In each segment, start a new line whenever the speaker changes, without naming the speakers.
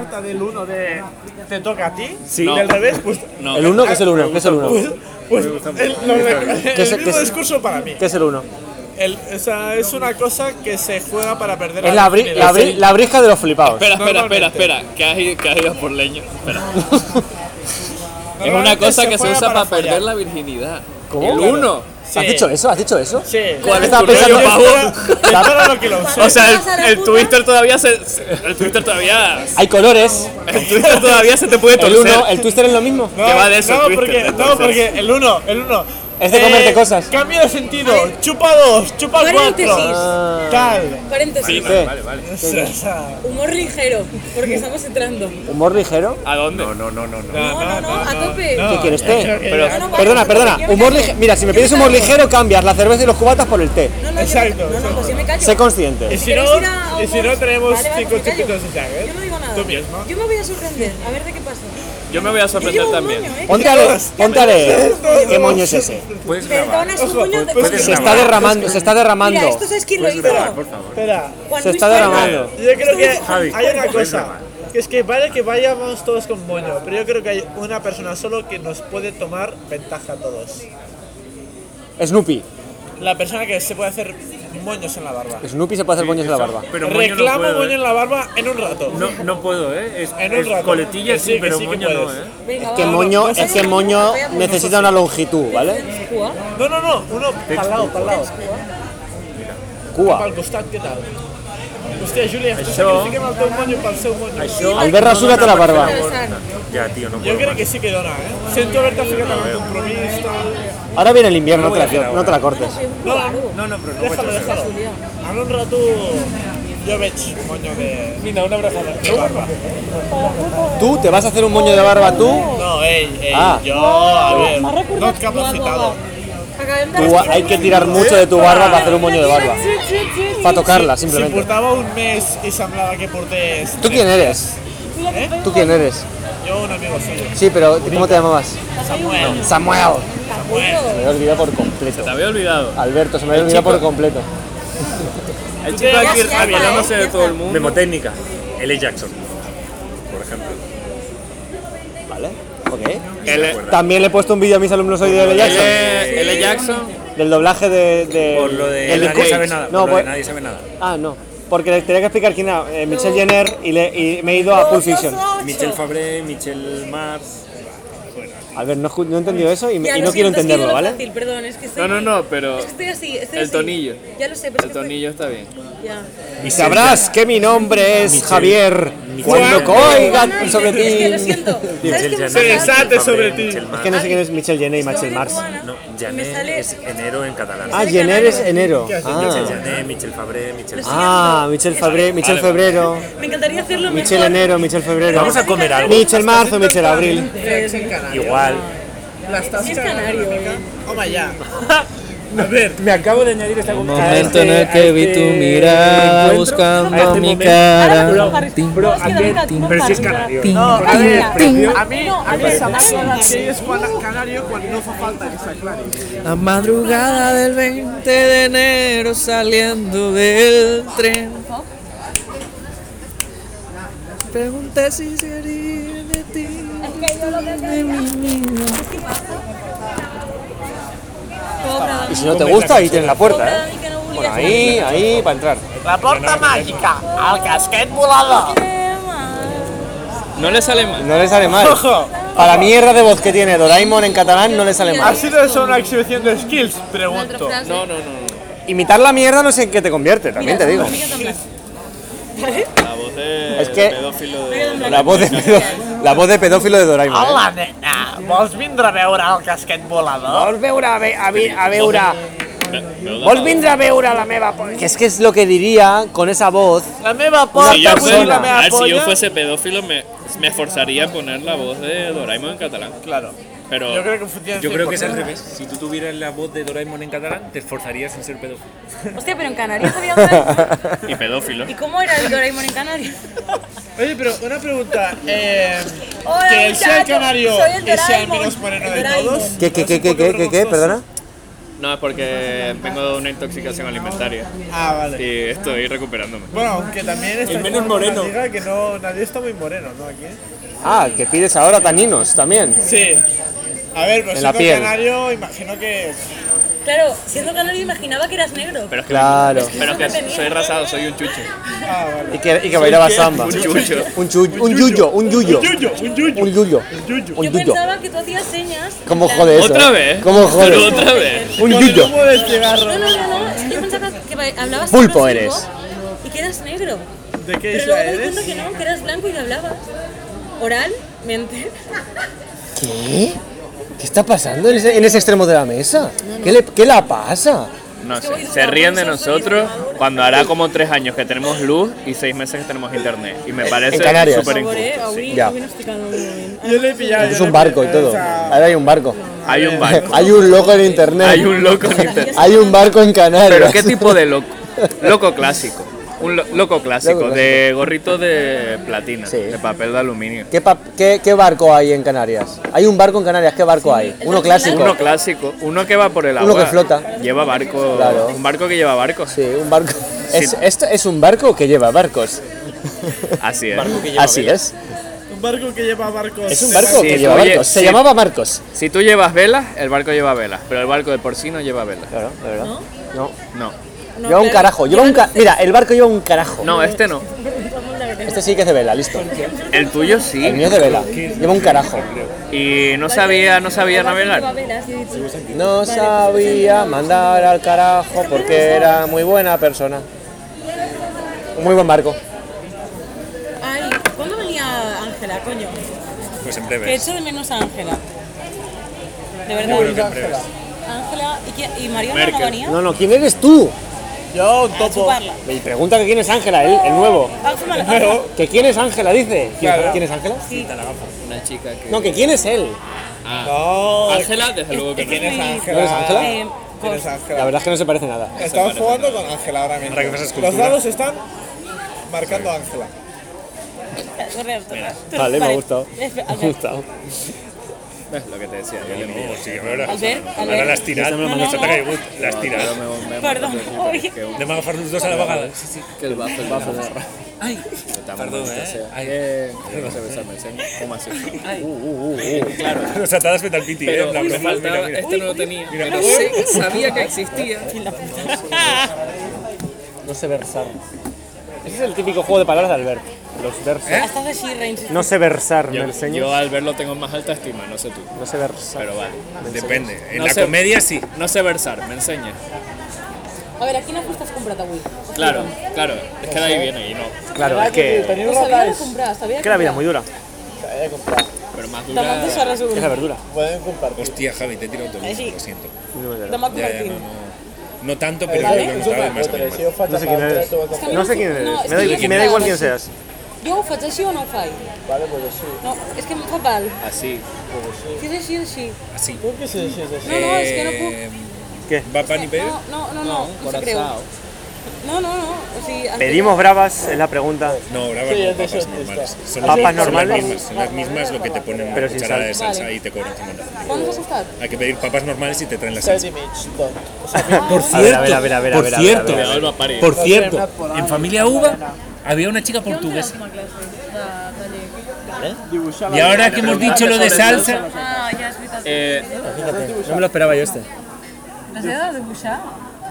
esta del 1 de te toca a ti,
Sí.
del revés, pues,
No.
¿El 1? ¿Qué es el 1? ¿Qué es el 1?
pues, pues, el, lo- el
¿Qué es- qué
mismo
es-
discurso para mí.
¿Qué es el 1?
El- o sea, es una cosa que se juega para perder
Es la, bri-
dignidad.
la, bri- la brisca de los flipados.
Espera, espera, espera,
Normalmente.
espera, que has ido, que has ido por leño. Espera. Es una
Normalmente
cosa que se
juega
usa para,
fallar.
perder la virginidad.
¿Cómo?
El uno.
Sí.
¿Has dicho eso? ¿Has dicho eso?
Sí.
¿Cuál es
Estaba
tu
pensando-
rollo,
Yo era-
pavo?
yo era lo que lo usé.
O sea, el,
Pasa de
el
puta.
Twitter todavía se, se- el Twitter todavía,
Hay colores.
el Twitter todavía se te puede
El
torcer.
1, el twister es lo mismo.
no,
que va de eso,
no,
Twitter,
porque, no,
entonces.
porque el 1, el 1.
Es de comerte cosas.
Cambio de sentido, chupa 2, chupa
Paréntesis.
Ah,
4. Tal.
Paréntesis.
Sí.
O sea,
Humor ligero, porque estamos entrando.
Humor ligero.
¿A dónde?
No, no, no, a tope.
¿Qué quieres té?
Pero-
No, no, vale,
Perdona,
porque
perdona.
yo me
Humor
callo.
ligero. Mira, si me
Yo
pides humor
callo.
ligero, cambias la cerveza y los cubatas por el té.
No, no, yo me-
Exacto,
no, no, pues yo me callo.
Sé consciente.
Y si no,
¿Quieres ir a
y si no
Hogwarts?
tenemos
Vale, vale,
5
pues me callo.
chiquitos de Jagger.
Yo no digo nada.
Tú mismo.
Yo me voy a sorprender, a ver de qué pasa.
Yo me voy a
Yo
sorprender
llevo un
también.
moño, ¿eh?
Ponte a leer, ponte a leer. ¿Qué moño es ese?
Puedes
Perdona,
grabar.
es un moño de...
Puedes
Se está derramando, se está derramando.
Mira, ¿esto sabes quién lo
Puedes
hizo?
grabar, por favor.
Espera,
Juan
Se
Luis
está
Cuerda.
derramando.
yo creo que
Javi.
hay una cosa. Que es que vale que vayamos todos con moño, pero yo creo que hay una persona solo que nos puede tomar ventaja a todos.
Snoopy.
La persona que se puede hacer moños en la barba.
Snoopy se puede hacer moños en la barba.
Pero moño no
Reclamo
puedo,
moño
¿eh?
en la barba en un rato.
No, no puedo, ¿eh? Es,
En un
es
rato.
coletilla
Que sí,
sí,
que
pero
sí que
moño no,
puedes.
¿eh?
Venga,
Que
va,
moño,
va,
es
va,
que
va,
moño
voy a-
necesita una longitud, ¿vale?
¿Tienes cuá?
No, no, no, uno pa'l lado, pa'l lado.
Cuba.
Pa'l costat, ¿qué tal? Hostia, Julia, esto significa que mató un moño pa'l seu moño.
Això
Albert, rasúrate la barba.
Ya, tío, no
Yo
puedo
creo
más.
que sí que dona, ¿eh? Siento haberte afectado al compromiso. tal.
Ahora viene el invierno, no te la, no te la cortes.
No,
No, no, pero no
déjalo,
puedo.
déjalo. En un rato yo veig moño de... Mira, una abrazada. De barba.
¿Tú te vas a hacer un moño de barba tú?
No, ey, ey,
Ah.
yo, a ver,
M'ha
no
recordat
et capacitado.
Acabem de
Tú hay que tirar mucho de tu barba para hacer un moño de barba.
Sí, sí, sí, sí.
Para tocarla,
Si
simplemente.
portaba un mes y semblava que portés...
¿Tú quién eres?
¿Eh?
¿Tú quién eres?
Yo un amigo suyo,
Sí, pero ¿cómo te llamabas?
Samuel.
Samuel.
Samuel.
Se me había olvidado por completo.
Te había olvidado.
Alberto, se me había olvidado por completo.
El chico
Ya
aquí
se llama,
revelándose
¿eh?
de
Ya
todo el
está.
mundo.
Memotécnica. L. Jackson, por ejemplo.
¿Vale? Ok.
L.
También le he puesto un vídeo a mis alumnos hoy de L. Jackson.
L. L. Jackson.
Del doblaje de... de-
Por lo de
del
nadie
discurso.
sabe nada.
No,
por lo de
pues-
nadie sabe nada.
Ah, no. Porque les tenía que explicar quién era eh, Michelle Jenner y, le- y me he ido a Pulp Fiction.
Michel Fabré, Michel Mars.
Albert, no, ju- no he entendido eso y, me-
Ya,
y
lo
no quiero
siento, es que yo
entenderlo,
lo
¿vale?
fácil, perdón, es que estoy-
No, no, no, pero
Es que estoy así, estoy
El
así.
tonillo.
Ya lo
el
sé, pero es que estoy-
tonillo está bien.
Ya.
Y sabrás que mi nombre es
Michelle-
Javier.
Michelle-
Cuando
No,
coigan
no,
sobre
Es que lo
ti.
siento. ¿Sabes qué me
Jenner,
pasa?
Interesante
Michel Fabré,
sobre ti.
Michel
Es
Mars.
que no sé quién es Michelle Jenner y Michelle
Soy
Mars.
cubana
No,
y
Janet
me sale-
es enero en catalán.
Ah, Jenner es enero.
Michel
Ah,
Janet, Michel Fabré, Michel
Lo
Mars.
Ah, Michelle Fabré, Michelle Febrero.
Me encantaría hacerlo mejor.
Michelle Enero, Michelle Febrero.
Vamos a comer algo.
Michelle Marzo, Michelle Abril.
Es
Igual.
es canario, eh.
Toma ya. A ver,
Me acabo de añadir esta Un
momento en
Este
el que vi tu mirada buscando mi cara.
Ahora con Harry-
Tim.
No, es que David, tú no
Pero si es
paras,
canario.
Tim.
no, a ver,
Tim.
a mí, a mí
No,
se me
sí,
aclara
sí.
que es cuando- canario cuando no fa falta que s'aclari.
La madrugada del 20 de enero saliendo del tren. Pregunté si sería de ti. De mi niño.
Cobra,
Y si no te gusta, ahí tienes la puerta,
cobra,
¿eh?
y que no vulguis
Bueno, ahí, ahí, para entrar.
La porta mágica, al casquet volador.
No le sale mal.
No le sale mal.
Ojo.
Para la mierda de voz que tiene Doraemon en catalán no le sale
¿Ha
mal.
sido eso una exhibición de skills? Pregunto.
frase.
No, no, no. no.
Imitar la mierda no sé en qué te convierte, también te digo.
La voz de
Es que-
pedófilo de.
La voz de, pedo- la voz de pedófilo de Doraemon. ¿eh?
Hola, nena. Vols vindre a veure el casquet volador?
Vols veure, a, ve- a, vi- a veure...
Ve-
Vols vindre a veure la meva polla? Que es que es lo que diría con esa voz.
La meva
porta,
Si yo,
Porta,
fuese,
persona.
la
me
a
meva
ver, si yo
polla...
fuese pedófilo, me, me esforzaría a poner la voz de Doraemon en catalán.
Claro.
Pero
Yo creo que funciona
Yo creo que es al revés. Si tú tuvieras la voz de Doraemon en catalán, te esforzarías en ser pedófilo.
Hostia, pero en Canarias había Doraemon.
Y pedófilo.
¿Y cómo era el Doraemon en Canarias?
Oye, pero una pregunta. Eh,
Hola,
que él sea el
muchachos,
canario
soy el
y sea el
Doraemon,
menos moreno
el
de
Doraemon.
todos.
¿Qué, qué,
no sé
qué, qué,
por
qué, qué, qué?
vergonzoso.
¿Perdona?
No, es porque vengo de una intoxicación alimentaria
Ah, vale.
y estoy recuperándome.
Bueno, aunque también está
El menos
jugando una
moreno.
liga que no, nadie está muy moreno, ¿no? Aquí.
Ah, que pides ahora taninos también.
Sí. A ver, pues
En la
siendo
piel.
canario, imagino que.
Claro, siendo canario imaginaba que eras negro.
Pero es que,
Claro.
pero es que soy rasado, soy un chucho.
Ah, vale.
Y que, y que bailaba samba.
Un chucho.
Un chuyo, un yuyo, un yuyo.
Un yuyo, un yuyo.
Un yuyo.
Un yuyo.
Un
Yo
yuyo.
pensaba que tú hacías señas.
¿Cómo
en plan-
jode eso?
¿Otra
eh?
vez?
¿Cómo
Pero
jode?
otra vez.
Un
Con el
yuyo.
humo del cigarro.
No, no, no, no, es que yo pensaba que ba- hablabas
Pulpo
solo
eres.
silbo y que eras negro.
¿De qué
Pero luego
isla
me di
eres?
cuenta que no, que eras blanco y que hablabas. Oral, mente.
¿Qué? ¿Qué está pasando en ese, en ese extremo de la mesa? ¿Qué le, qué la pasa?
No sé, se ríen de nosotros cuando hará como tres años que tenemos luz y seis meses que tenemos internet. Y me parece
Canarias.
súper
Pobre,
injusto. sí.
Auri,
Ya.
no viene explicando muy bien.
Yo le he pillado.
Es
yo le
un
he
barco y
pillado, o
todo.
sea,
Ahora hay un barco.
Hay un barco.
Hay un loco en internet.
Hay un loco en internet.
Hay un barco en Canarias.
Pero ¿qué tipo de loco? Loco clásico. Un lo- loco clásico,
Loco
de gorrito de platina,
Sí.
de papel de aluminio.
¿Qué, pa- qué- qué barco hay en Canarias? Hay un barco en Canarias, ¿qué barco hay? Uno clásico.
Uno clásico, uno que va por el
Uno
agua.
que flota.
Lleva barco,
Claro.
un barco que lleva barcos.
Sí, un barco. Es,
Sí.
esto es un barco que lleva barcos.
Así es.
Así es.
Un barco que lleva barcos.
Es un barco
Sí,
que lleva
oye,
barcos. Se
sí.
llamaba Marcos.
Si tú llevas velas, el barco lleva velas, pero el barco de por sí no lleva velas.
Claro, de verdad. No.
No.
No,
lleva un
claro,
carajo. Lleva un ca-
llevan-
Mira, el barco lleva un carajo.
No, este no.
Este sí que es de vela, listo.
El tuyo
El
sí.
mío es de vela. Lleva un carajo.
Y no sabía, no sabía navegar.
No sabía mandar al carajo porque era muy buena persona. Un muy buen barco.
Ay, ¿cuándo venía Ángela, coño?
Pues en
Que
breve.
echo de menos a Ángela. De verdad. Ángela y, quién- y Mariona no venía.
No, no, ¿quién eres tú?
Yo, un
A
topo.
chuparla.
Me pregunta que quién es Ángela, el, el nuevo.
A fumarla.
¿Que quién es Ángela? Dice. ¿Quién, quién es Ángela?
Una chica que.
No, que quién es él.
No,
Ángela, desde luego que
¿quién es
¿No eres
Ángela?
Ángela?
Eh,
¿Quién es
La
Ángela?
verdad es que no se parece nada.
Estamos jugando con Ángela ahora mismo.
Ahora que pasas
Los
cultura.
dados están marcando a Ángela.
correcto.
Vale, me ha gustado.
Espe-
Me ha gustado.
no. Es lo que te decía. yo le
No, Oh, sí, ahora.
Albert,
Ahora
Albert.
las tiras.
No, no,
Nos
no.
ataca Yogurt, Las tiras.
Pero me- me-
Perdón, oye.
De agafar los dos a la vegada. Sí, sí.
Que el bafo, el bafo. Ay, perdón,
eh. Ay.
eh. No sé besarme, señor. ¿Cómo así? Ah,
Nos atadas frente al piti, eh. En plan, mira, mira, mira.
este no lo tenía.
Mira, mira. Uy,
sabía que existía.
No sé versar. Ese es el típico juego de palabras de Albert. Los versos.
Hasta de Shirra,
No sé versar, me
Yo,
enseño.
yo al verlo tengo en más alta estima, no sé tú.
No sé versar.
Pero vale.
Depende. En
No
la
sé.
comedia sí.
No sé versar, me enseña.
A ver, aquí no ajustas con Pratawil.
Claro, claro. Es que de ahí viene y no.
Claro, es que,
No sabía de comprar, sabía
que la vida es muy dura.
Pero más dura.
Damantes Sarra
Es la verdura.
Pueden compartir.
Hostia, Javi, te he tirado todo.
Sí.
Lo siento.
Damante
Ya, ya, no,
Martín.
no. No tanto, pero yo lo he notado más o menos.
No sé quién eres.
Es que
No sé
me-
quién
no,
eres.
es
Me da,
que yo
me da igual
no
quién
sé.
seas.
Yo ho faig així o no ho faig?
Vale, pues yo sí.
No, es que me fa mal.
Así.
Si és així, és així.
Así.
¿Por qué se dice eso?
No, no, es que no puc.
Eh,
¿Qué?
¿Va pan y pedo?
No, no, no, no, no, se creu. No, no, no, o sigui... en-
Pedimos bravas, es la pregunta.
No, ahora
Sí,
van
es de
con papas
eso,
normales.
está.
Son
¿Papas
las-
normales?
Son las mismas, son las mismas lo que te ponen una
Pero sin
cucharada
sal.
de salsa
Vale.
y te cobran 50 euros.
Quant us ha costat?
Hay que pedir papas normales y te traen la salsa.
Sad image, dot.
Por
A ver, a ver, a ver, a ver, a ver, a ver, a ver.
por cierto, en Familia Uva había una chica portuguesa. Y ahora que hemos dicho lo de salsa,
Ah, ja és veritat.
Eh,
No me lo esperaba yo este.
Les he de dibuixar?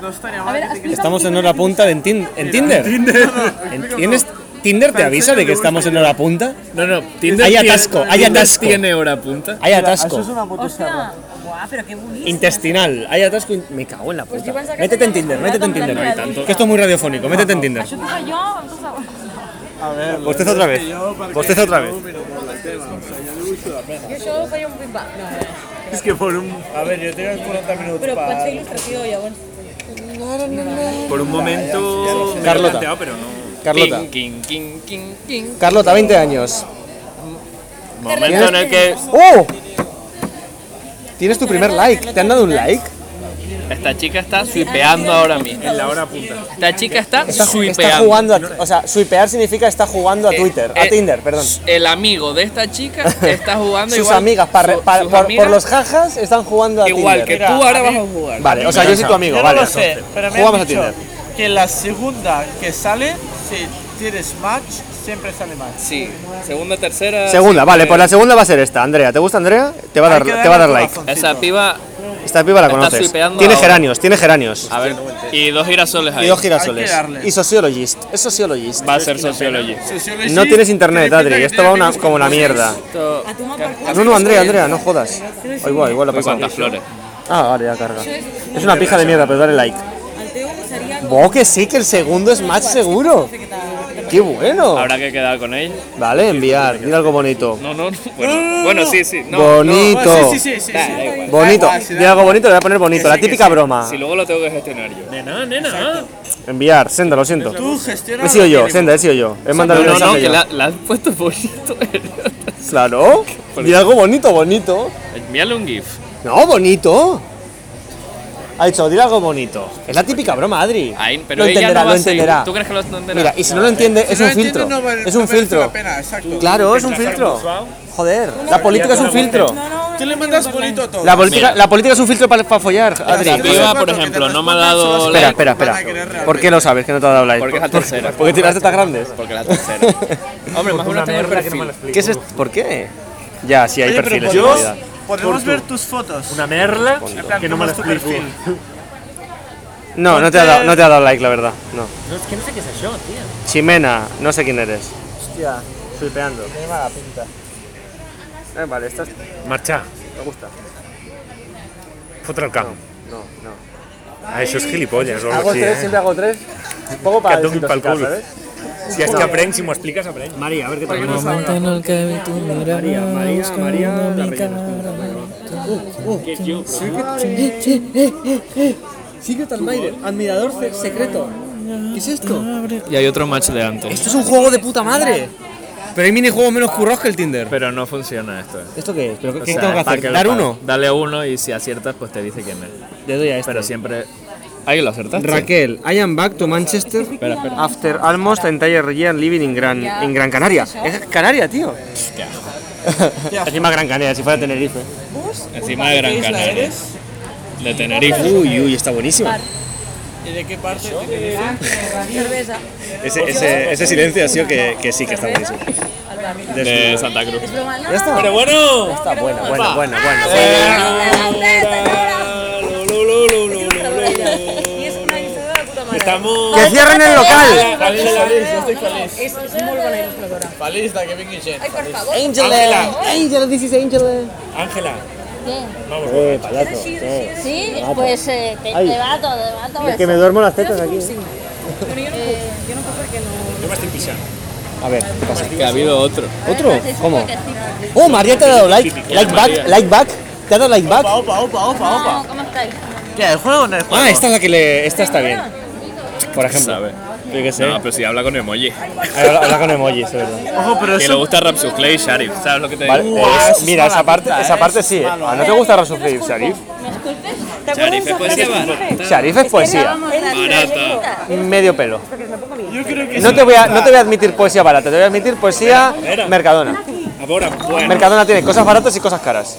A veure, explica'm
Estamos
quin-
en hora punta de en, Tin- en Tinder. En- ¿Tienes Tinder te avisa de que estamos en hora punta?
no, no. Tinder
Hay
tiene-
atasco, hay
Tinder
atasco.
Tiene hora punta.
Hay atasco.
Ostres, buah, però que boníssim.
Intestinal. Hay atasco. in- Me cago en la
Pues yo
puta.
pensaba que
Métete en
tenía
Tinder, métete en
enfermedad
Tinder.
mental y tanto.
Que esto es muy radiofónico. Métete en Tinder.
Això t'ho fa jo, em toca...
A ver,
Postez otra vez. Postez otra vez.
Jo això ho feia un pim-pam. No, no, no.
Es que por un.
A ver, yo tengo 40 minutos
Però pot
para...
ser il·lustració, llavors.
por un momento me lo he
Carlota.
planteado, pero no.
Carlota.
King, king, king, king.
Carlota, 20 años.
Momento en el que
¡Oh! Tienes tu primer like. ¿Te han dado un like?
Esta chica está swipeando ahora mismo.
En la hora punta.
Esta chica está,
Está, ju-
swipeando.
está jugando, a, o sea, swipear significa está jugando a
Eh,
Twitter,
eh,
a Tinder, perdón.
El amigo de esta chica está jugando
Sus
igual.
amigas, para-
su-
para-
sus
por,
amigas
por los jajas, están jugando a
Igual que
Tinder.
tú ahora vas a jugar.
Vale, o sea, yo soy tu amigo,
Yo
vale.
no lo sé, pero me han
Jugamos a
dicho
Tinder.
que la segunda que sale, si tienes match, siempre sale match.
Sí, segunda, tercera.
Segunda,
Ah, sí.
vale, pues la segunda va a ser esta, Andrea. ¿Te gusta Andrea? Te va a dar,
Hay que
te va a dar
darle
like.
corazoncito.
Esa piba,
Esta piba la
Está
conoces.
swipeando
Tiene
ahora.
geranios, tiene geranios.
a ver, y dos girasoles ahí.
Y dos girasoles.
Hay que darle.
Y sociologist. Es sociologist.
Va a ser sociología.
Sociologist,
No tienes internet,
tiene pinta
Adri.
que
Esto
tiene
va una,
que- Ah,
como una mierda.
Esto-
A tomar por culo.
No, no, Andrea, Andrea, no jodas. Oh, igual, igual la
Uy,
pasamos.
cuántas flores.
Ah, vale, ya carga. Es una pija de mierda, pero dale like.
Al Teo le usaría algo
Bo, que sí, que el segundo es más seguro.
que tal.
¡Qué bueno!
Habrá que quedar con ella.
Vale, enviar. Dile algo bonito.
No, no, no. Bueno, bueno sí, sí. No,
Bonito.
Ah, sí, sí, sí, sí,
no. Da,
sí.
da igual.
Bonito.
Da igual, Ah, si da
Dile algo bonito, le voy a poner bonito. La
sí, que
típica
sí.
broma.
Si luego lo tengo que gestionar yo.
Nena, nena.
Enviar. Senda, lo siento.
Tú gestionas.
He sido
lo
yo,
que
Senda, he sido yo. He mandado
No,
el
no, no,
mensaje
que
yo.
la, la han puesto bonito.
Claro. Dile algo bonito, bonito.
Envíale un GIF.
No, bonito. Ha dicho, dile algo bonito. Es la típica broma, Adri.
Ahí, pero
lo
ella
entenderá,
no va
lo
a seguir.
entenderá.
¿Tú crees que lo entenderá?
Mira, y si no lo entiende, es
no
un
entiendo,
filtro.
no vale-
es
no
un
merece la
filtro.
pena, exacto.
Claro, es un filtro. Joder, la política es un filtro.
No, no, no.
Tú le mandas bonito a todo.
La política, la política es un filtro para, follar,
La
Adri.
Adri.
piba, por ejemplo, no me ha dado like
Espera, espera, espera. ¿Por qué lo sabes que no te ha dado like?
Porque es la tercera.
Porque tienes tetas grandes.
porque la tercera. Hombre, más o menos tengo el perfil.
¿Qué es esto? ¿Por qué? Ya, sí, hay
Oye, pero
perfiles.
podemos-
en realidad.
podemos ver tus fotos.
Una merla
En plan,
que no me la
¿cómo es tu
explico.
perfil?
No, no te, ha dado, no te ha dado like, la verdad. No.
No, es que no sé qué es eso, tío.
Ximena, no sé quién eres.
Hostia,
Flipeando.
tiene mala pinta.
Eh, vale, esta es-
Marcha,
me gusta.
fotre el camp.
No, no.
Ah, això és gilipolles, o
Hago
algo així,
tres,
eh?
siempre hago tres. Un poco
Que
para
et donin pel
desintoxicar,
cul.
¿sabes?
Si és que aprenc, si m'ho expliques, aprenc. Maria, a veure què
El momento en el que vi tu mirada buscando mi
eh,
Secret Admirer, admirador ce- secreto. ¿Qué es esto?
Y hay otro match de antes.
Esto es un juego de puta madre.
Pero hay minijuegos menos curros que el Tinder.
Pero no funciona esto.
¿Esto qué es? ¿Pero qué,
O
qué
sea,
tengo que
para
hacer?
lo
¿Dar
pa-
uno?
Dale uno y si aciertas, pues te dice quién es.
Le doy a este.
Pero siempre. Ahí lo acertaste.
Raquel, I am back to Manchester after almost entire year living in Gran, in Gran Canaria. Es Canaria, tío. Encima Gran Canaria, si fuera Tenerife.
Encima de Gran Canaria. De Tenerife.
Uy, uy, está buenísimo.
Cerveza.
Ese, ese, ese silencio ha sido que, que sí que está buenísimo.
De Santa Cruz.
Es broma, no.
Ya está.
Pero
bueno.
Está bueno, Ah, bueno, bueno,
Y es una historia de puta madre.
Estamos...
¡Que cierren el local!
Es es muy buena ilustradora.
Feliz de que venga gent.
Ay, por favor.
Angel, this is Angel.
Ángela.
Eh, payaso.
Sí, pues eh, te, te bato, te bato.
Que me duermo las tetas aquí.
Pero yo no puedo. Yo no puedo porque no.
A ver, ¿qué pasa?
Que ha habido otro.
¿Otro? ¿Cómo? Oh, María te ha dado like. Like back, like back. ¿Te ha dado like back?
Opa, opa, opa, opa.
No, ¿cómo estáis?
¿Qué? ¿El juego o no el juego?
Ah, esta es la que le. Esta está bien. Por ejemplo.
¿Sabe?
Yo qué sé.
No, pero si habla con emoji.
Habla habla con emojis, es verdad.
Ojo, pero
Que
eso
le gusta Rapsu Clay Sharif. ¿Sabes lo que te digo?
Vale, eh, mira, esa parte, esa parte sí. eh. ¿A no te gusta Rasuflif, Sharif?
¿Me esculpes?
¿Te
Sharif es poesía
Sharif es poesía.
barata.
Medio pelo.
yo creo que
No te voy a, no te voy a admitir poesía barata, te voy a admitir poesía Mercadona.
A veure, bueno.
Mercadona tiene cosas baratas y cosas caras.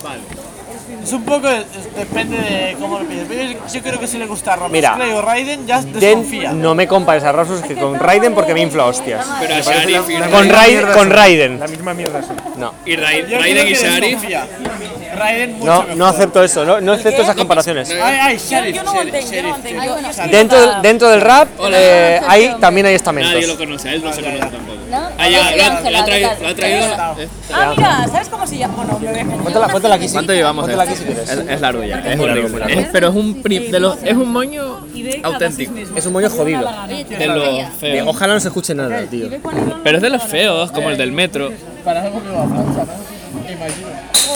es un poco, es- depende de cómo lo pides. Pero yo- yo creo que si le gusta Ramos
Mira,
Clay o Raiden, ya desconfía.
Den, no me compares a Rasus que con Raiden porque me infla hostias.
Pero a Sharif y
Con,
Raiden.
Raid, con Raiden.
La misma mierda són.
No,
Y
Yo
Raiden,
creo
Raiden
que
y Sharif.
desconfía. Raiden mucho
no,
mejor.
no acepto eso, no, no acepto esas comparaciones.
Ay, ay, Sharif,
Yo no
Sharif,
mantengo, yo no
Sharif.
mantengo.
Dentro, dentro del rap eh, hay, también
Nadie
hay
lo
estamentos.
conoce, a él no se conoce tampoco.
¿No?
Ah, ya, lo ha-
Ángela,
lo ha traído.
¿qué
Lo ha
tal?
traído.
Ah, mira, ¿sabes cómo se llama? Bueno, lo dejo.
Cuéntala, cuéntala aquí. sí.
¿Cuánto llevamos? de
Póntela
esto?
aquí si quieres.
es, es largo ya, es
muy largo,
horrible.
muy largo.
Es- pero es un, pri- de los- es un moño auténtico.
Es un moño jodido. Eh,
Oye, te
De los feos.
Ojalá no se escuche nada, tío.
Pero es de los feos, como el del metro.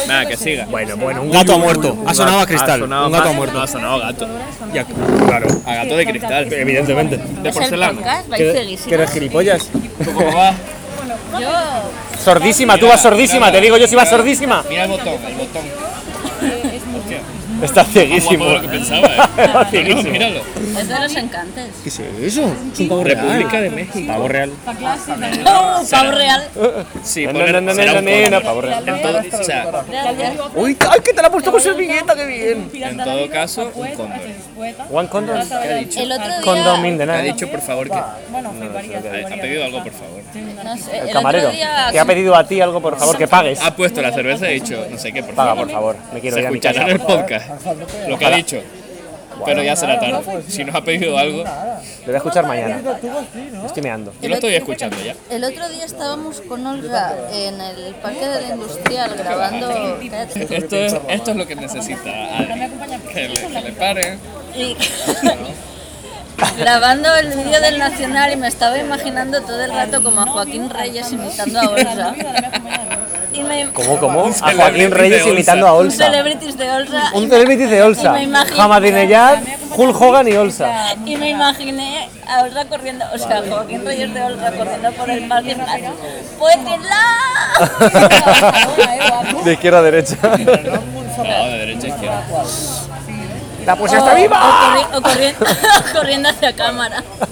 Nada, que siga.
Bueno, bueno, un
Un gato ha muerto. Ha sonado a
Ha
cristal.
sonado
Un gato ha
más, No
muerto.
ha sonado gato.
Ya, claro.
A gato de cristal.
Evidentemente.
De porcelana.
vais
Que
seguísimo.
eres gilipollas.
¿Cómo va?
Yo,
Sordísima, tú vas sordísima. Te digo yo si vas sordísima.
Mira el botón, el botón. Hostia.
Está
Más guapo
cieguísimo.
de lo que pensaba, ¿eh?
Está
Míralo,
cieguísimo.
míralo.
Es de los encantes.
¿Qué es eso? Es un pavo real.
República de México. Pavo real.
Oh, pavo real.
Sí,
No,
poner,
no, no,
será
no,
un
no,
pavo.
no, pavo real.
En todo, o sea,
Uy, ay, que te la ha puesto con servilleta, qué bien.
en todo caso, un cóndor.
One condom.
El otro día.
Condom in the
Te ha
night.
dicho, por favor, que... Bueno, ha, ha pedido algo, por favor.
no sé,
El
el
camarero.
otro día-
Te ha pedido a ti algo, por favor, que pagues.
Ha puesto la cerveza y ha dicho, no sé qué, por
Paga,
favor.
por favor. Me quiero
Se
ir a mi
escuchará
casa.
en el podcast lo que ha dicho. Pero ya será tarde. Si nos ha pedido algo,
Lo voy a escuchar mañana. Estoy meando.
yo lo estoy escuchando ya.
El otro día estábamos con Olga en el parque del industrial grabando. cállate.
Esto es, esto es lo que necesita Adri. Que le, que le paren.
Y- grabando el vídeo del Nacional y me estaba imaginando todo el rato como a Joaquín Reyes imitando a Olga. Y me,
¿Cómo, cómo? A Joaquín Reyes
de Olsa.
imitando a
un
Olsa.
celebrities de Olga. y
Un
me-
celebrity de Olsa.
Me imagino.
Hamadinejad, Hulk Hogan y Olsa.
Y me imaginé a Olga corriendo, o sea, Joaquín Reyes de Olga corriendo por el Pues parque. en plan, ¡Puédenla!
De izquierda a derecha.
No, de derecha a izquierda.
¡La pues está viva!
O, corri- o corriendo, corriendo hacia cámara. Pues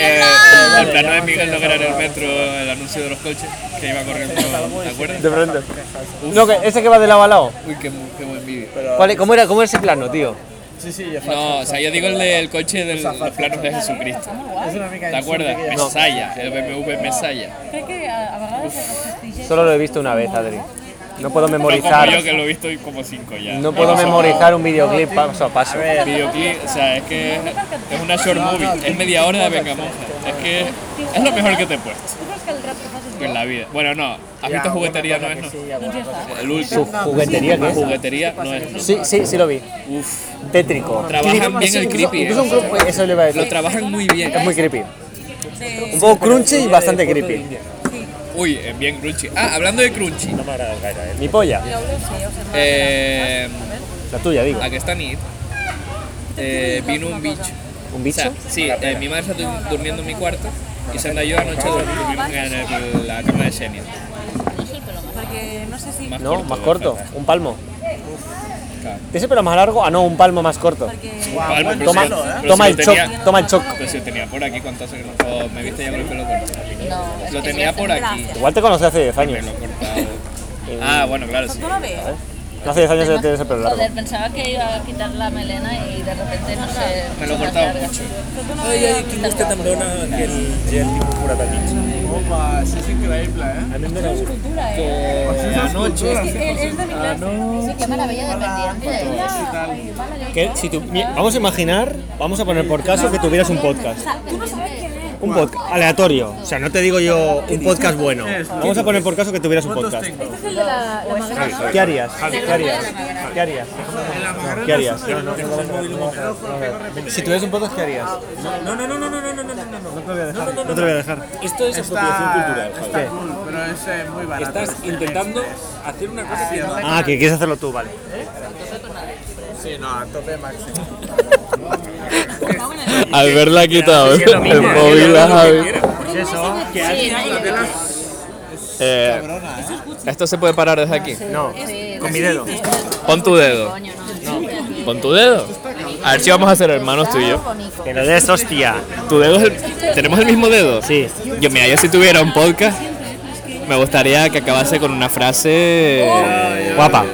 Eh,
¡Puédenla!
el plano de Miguel Noguera en el metro, el anuncio de los coches, que iba corriendo, ¿te acuerdas?
De frente. No, que ese que va de lado a lado.
Uy, qué, mu- qué buen vídeo.
¿Cuál es- ¿Cómo era cómo era ese plano, tío?
No, o sea, yo digo el del coche de los planos de Jesucristo. ¿Te acuerdas? Mesaya, el BMW Mesaya.
Solo lo he visto una vez, Adri. No puedo
No como
memorizar.
yo que lo he visto hoy como cinco ya.
No puedo memorizar un videoclip paso a paso.
videoclip, o sea, es que es una short movie, es media hora de Venga Monja. Es que es lo mejor que te he puesto en la vida. Bueno, no, has visto juguetería no es no. El último.
¿Juguetería qué es?
Juguetería no es no.
Sí, sí, sí lo vi. Tétrico.
Trabajan bien el creepy,
Incluso un
eh.
grupo- Eso le iba a
Lo
decir.
trabajan muy bien.
Es muy creepy. Un poco crunchy y bastante creepy.
Uy, eh, bien crunchy. Ah, hablando de crunchy.
Mi polla.
Eh,
La tuya, digo.
a que está Nid. Eh, vino un bicho.
¿Un
O sea,
bicho?
sí, eh, mi madre está du- durmiendo en mi cuarto y Sandra y yo anoche dormimos en el- la cama de Xenia.
Porque no sé si.
No, más corto.
más
Un palmo.
Claro.
¿De ese pero más largo? Ah, no, un palmo más corto.
Vale, pero
Toma, ¿eh?
si- ¿eh? pero
toma
si
el
lo
choc,
tenía-
toma el choc.
Pero si lo tenía por aquí, ¿cuánto hace que no oh, me viste ya con el pelo cortado? lo tenía por aquí.
Igual te conocí hace 10 años.
Pelo cortado. Ah, bueno, claro, sí.
¿Tú lo ves?
No hace 10 años que tienes el pelo largo.
Joder, pensaba que iba a quitar la melena y de repente no sé.
Me lo he cortado mucho.
Ay, ay, qué guste tan dona que el Jerry pura también.
¿eh?
Anoche.
Qué maravilla de pendiente.
Que si tu- mi- vamos a imaginar, vamos a poner por caso que tuvieras un podcast. Un podcast aleatorio. O sea, no te digo yo un podcast bueno. Vamos a poner por caso que tuvieras un podcast. ¿Qué harías? ¿Qué harías? ¿Qué harías? ¿Qué harías? Si tuvieras un podcast, ¿qué harías?
No, no, no, no, no, no, no, no, no, no.
No te lo voy a dejar.
Esto es apropiación cultural, Javi.
Pero es muy barato.
Estás intentando hacer una cosa que no.
Ah, que quieres hacerlo tú, vale.
Sí, no, a tope máximo.
Al verla quitado el móvil a Eh, ¿Esto se puede parar desde aquí?
¿eh? No, con mi dedo.
Pon tu dedo. Pon tu dedo. A ver si vamos a ser hermanos tú y yo.
Que lo des, hostia.
¿Tu dedo es el- ¿Tenemos el mismo dedo?
Sí.
Yo, mira, yo si tuviera un podcast, me gustaría que acabase con una frase eh, guapa.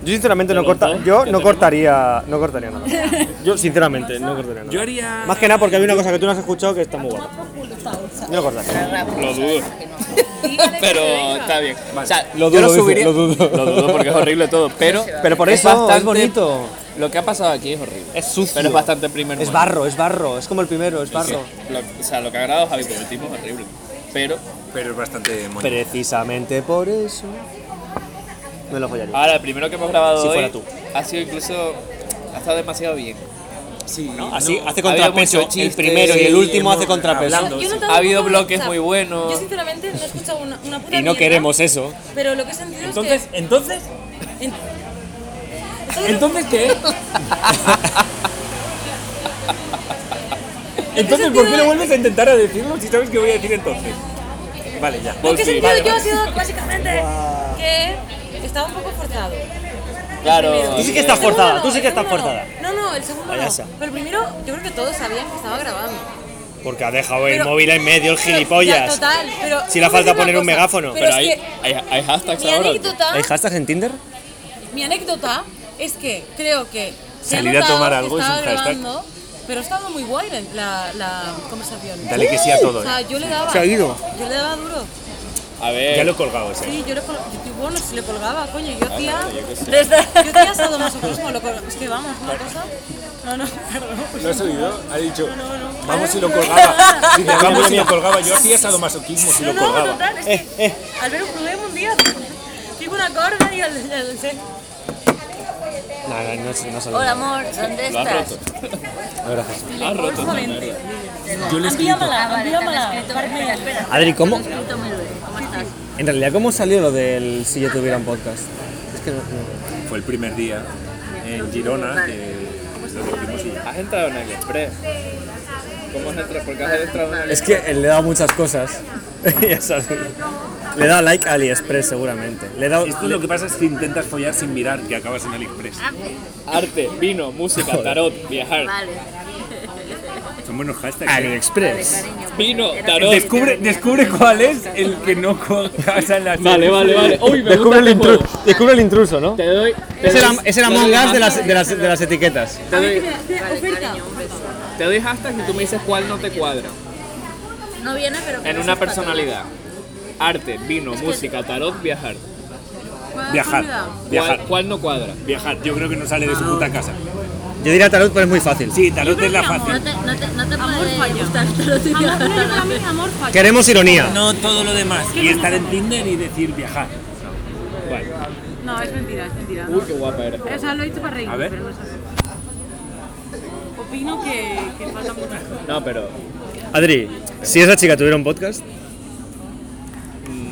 Yo sinceramente no corta, yo no cortaría, no cortaría nada. Yo sinceramente no cortaría nada. Yo haría más que nada porque había una cosa que tú no has escuchado que está muy guapa. Yo lo cortaría.
Lo dudo. Pero está bien. O sea,
Lo
yo
dudo, dice,
subiría-
lo dudo.
Lo dudo porque es horrible todo. Pero,
Pero por eso
bastante-
es bonito.
Lo que ha pasado aquí es horrible.
Es sucio.
Pero es bastante primer
Es
mundo.
barro, es barro, es como el primero, es
Sí,
barro.
lo- o sea, lo que ha grabado Javi por el tipo es horrible. Pero
Pero es bastante mono.
Precisamente por eso me lo follaría.
ahora, el primero que hemos grabado
Si
hoy
fuera tú.
ha sido incluso. Ha estado demasiado bien.
Sí.
Así hace
ha habido
contrapeso.
mucho
el
chiste,
primero y el último hace contrapeso.
hablando.
Yo no te
Ha
hago
habido
culpa,
bloques
o sea,
muy buenos.
Yo sinceramente no he escuchado una, una puta
Y no
mierda,
queremos Pues eso.
Pero lo que he sentido
Entonces,
es
entonces,
que... en-
entonces qué?
Entonces,
Entonces,
¿por sentido
¿por
qué
qué
lo
lo
es?
vuelves a intentar a decirlo si sabes que voy a decir entonces? Vale, ya.
Lo que he
Sí,
sentido
vale,
yo
vale.
ha sido básicamente que estaba un poco forzado.
Claro.
Tú sí que estás
El segundo
forzada,
no,
tú sí
el
que estás
segundo no.
forzada.
No, no, el segundo no.
Payasa.
Pero el primero, yo creo que todos sabían que estaba grabando.
Porque ha dejado el
Pero-
móvil en medio, el
pero- ya,
gilipollas.
total, pero...
Si le ha falta
vamos a decir una
poner un
cosa,
megáfono.
Pero,
Pero
es
hay,
que
hay, hay hashtags
mi
ahora.
anécdota...
¿Hay hashtags en Tinder?
Mi anécdota es que creo que se ha
Salir a
notado
tomar
que
algo es un
estaba
hashtag.
grabando, pero estaba muy guay la- la, la conversación.
Dale que sí a todo, eh.
O sea, yo le daba.
Se ha ido.
Yo le daba duro.
Ya
A ver.
lo he colgado ese.
Sí, yo le colgaba. Bueno, si le colgaba, coño, yo hacía.
Desde...
Yo hacía sadomasoquismo, lo colgaba. Es que vamos, una cosa. No, no, perdón.
¿Lo has oído? Ha dicho, vamos si lo colgaba. Dice, vamos si lo colgaba. Yo hacía sadomasoquismo si
No,
lo
no,
colgaba.
total, es que al ver un problema un día, fico una corda y al. al- al-
No, no, no, sé, no sé.
Hola amor, ¿dónde
Lo has
estás?
roto. Has roto.
Justamente.
Yo le he escrito.
Ah,
Envíamela,
vale, te han escrito
envíamela.
mil veces. Espera,
Adri, ¿cómo?
te han escrito mil veces. ¿Cómo estás?
En realidad, ¿cómo salió lo del si yo tuviera un podcast? Es que no- no.
Fue el primer día en Girona que lo cogimos y
Has entrado en el express. ¿Cómo has entrado? Porque has entrado en el
Es que le he dado muchas cosas. ya sabes. Le he dado like a AliExpress, seguramente. Le he dado.
Esto es lo que pasa es que intentas follar sin mirar que acabas en AliExpress.
Ah,
arte, vino, música, tarot, viajar.
Vale.
Son buenos hashtags. ¿eh?
AliExpress.
Vino, tarot.
Descubre, descubre cuál es el que no co- casa en la
Vale, vale, vale. Uy, me
Descubre
gusta
el,
este
intru-
juego.
descubre el intruso, ¿no?
Te doy. te
Es el,
doy-
am- es el
te
Among
doy
Us de
hashtag.
las, de las, de las etiquetas.
Te doy,
Oferta.
te doy hashtags y tú me dices cuál no te cuadra.
No viene, pero...
En una personalidad. Arte, vino, música, tarot, viajar.
Viajar. Viajar.
¿Cuál, cuál no cuadra?
Viajar. Yo creo que no sale de su
Ah.
puta casa.
Yo diría tarot, pero es muy fácil.
Sí, tarot es la fácil.
No te, no te, no te puede gustar tarot y
Amor, no, yo
viajar.
para mí, amor, falla.
Queremos ironía.
No todo lo demás. Y estar en Tinder y decir viajar.
Vale.
No, es mentira, es mentira.
Uy, qué guapa era.
O sea, lo he dicho para reír,
A ver.
pero no es así. Opino que, que falta mucho.
No, pero.
Adri, si esa chica tuviera un podcast,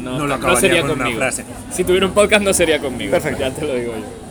No,
No lo
no
acabaría
sería
con una
conmigo.
frase.
Si tuviera un podcast, no sería conmigo.
Perfecto.
Ya te lo digo yo.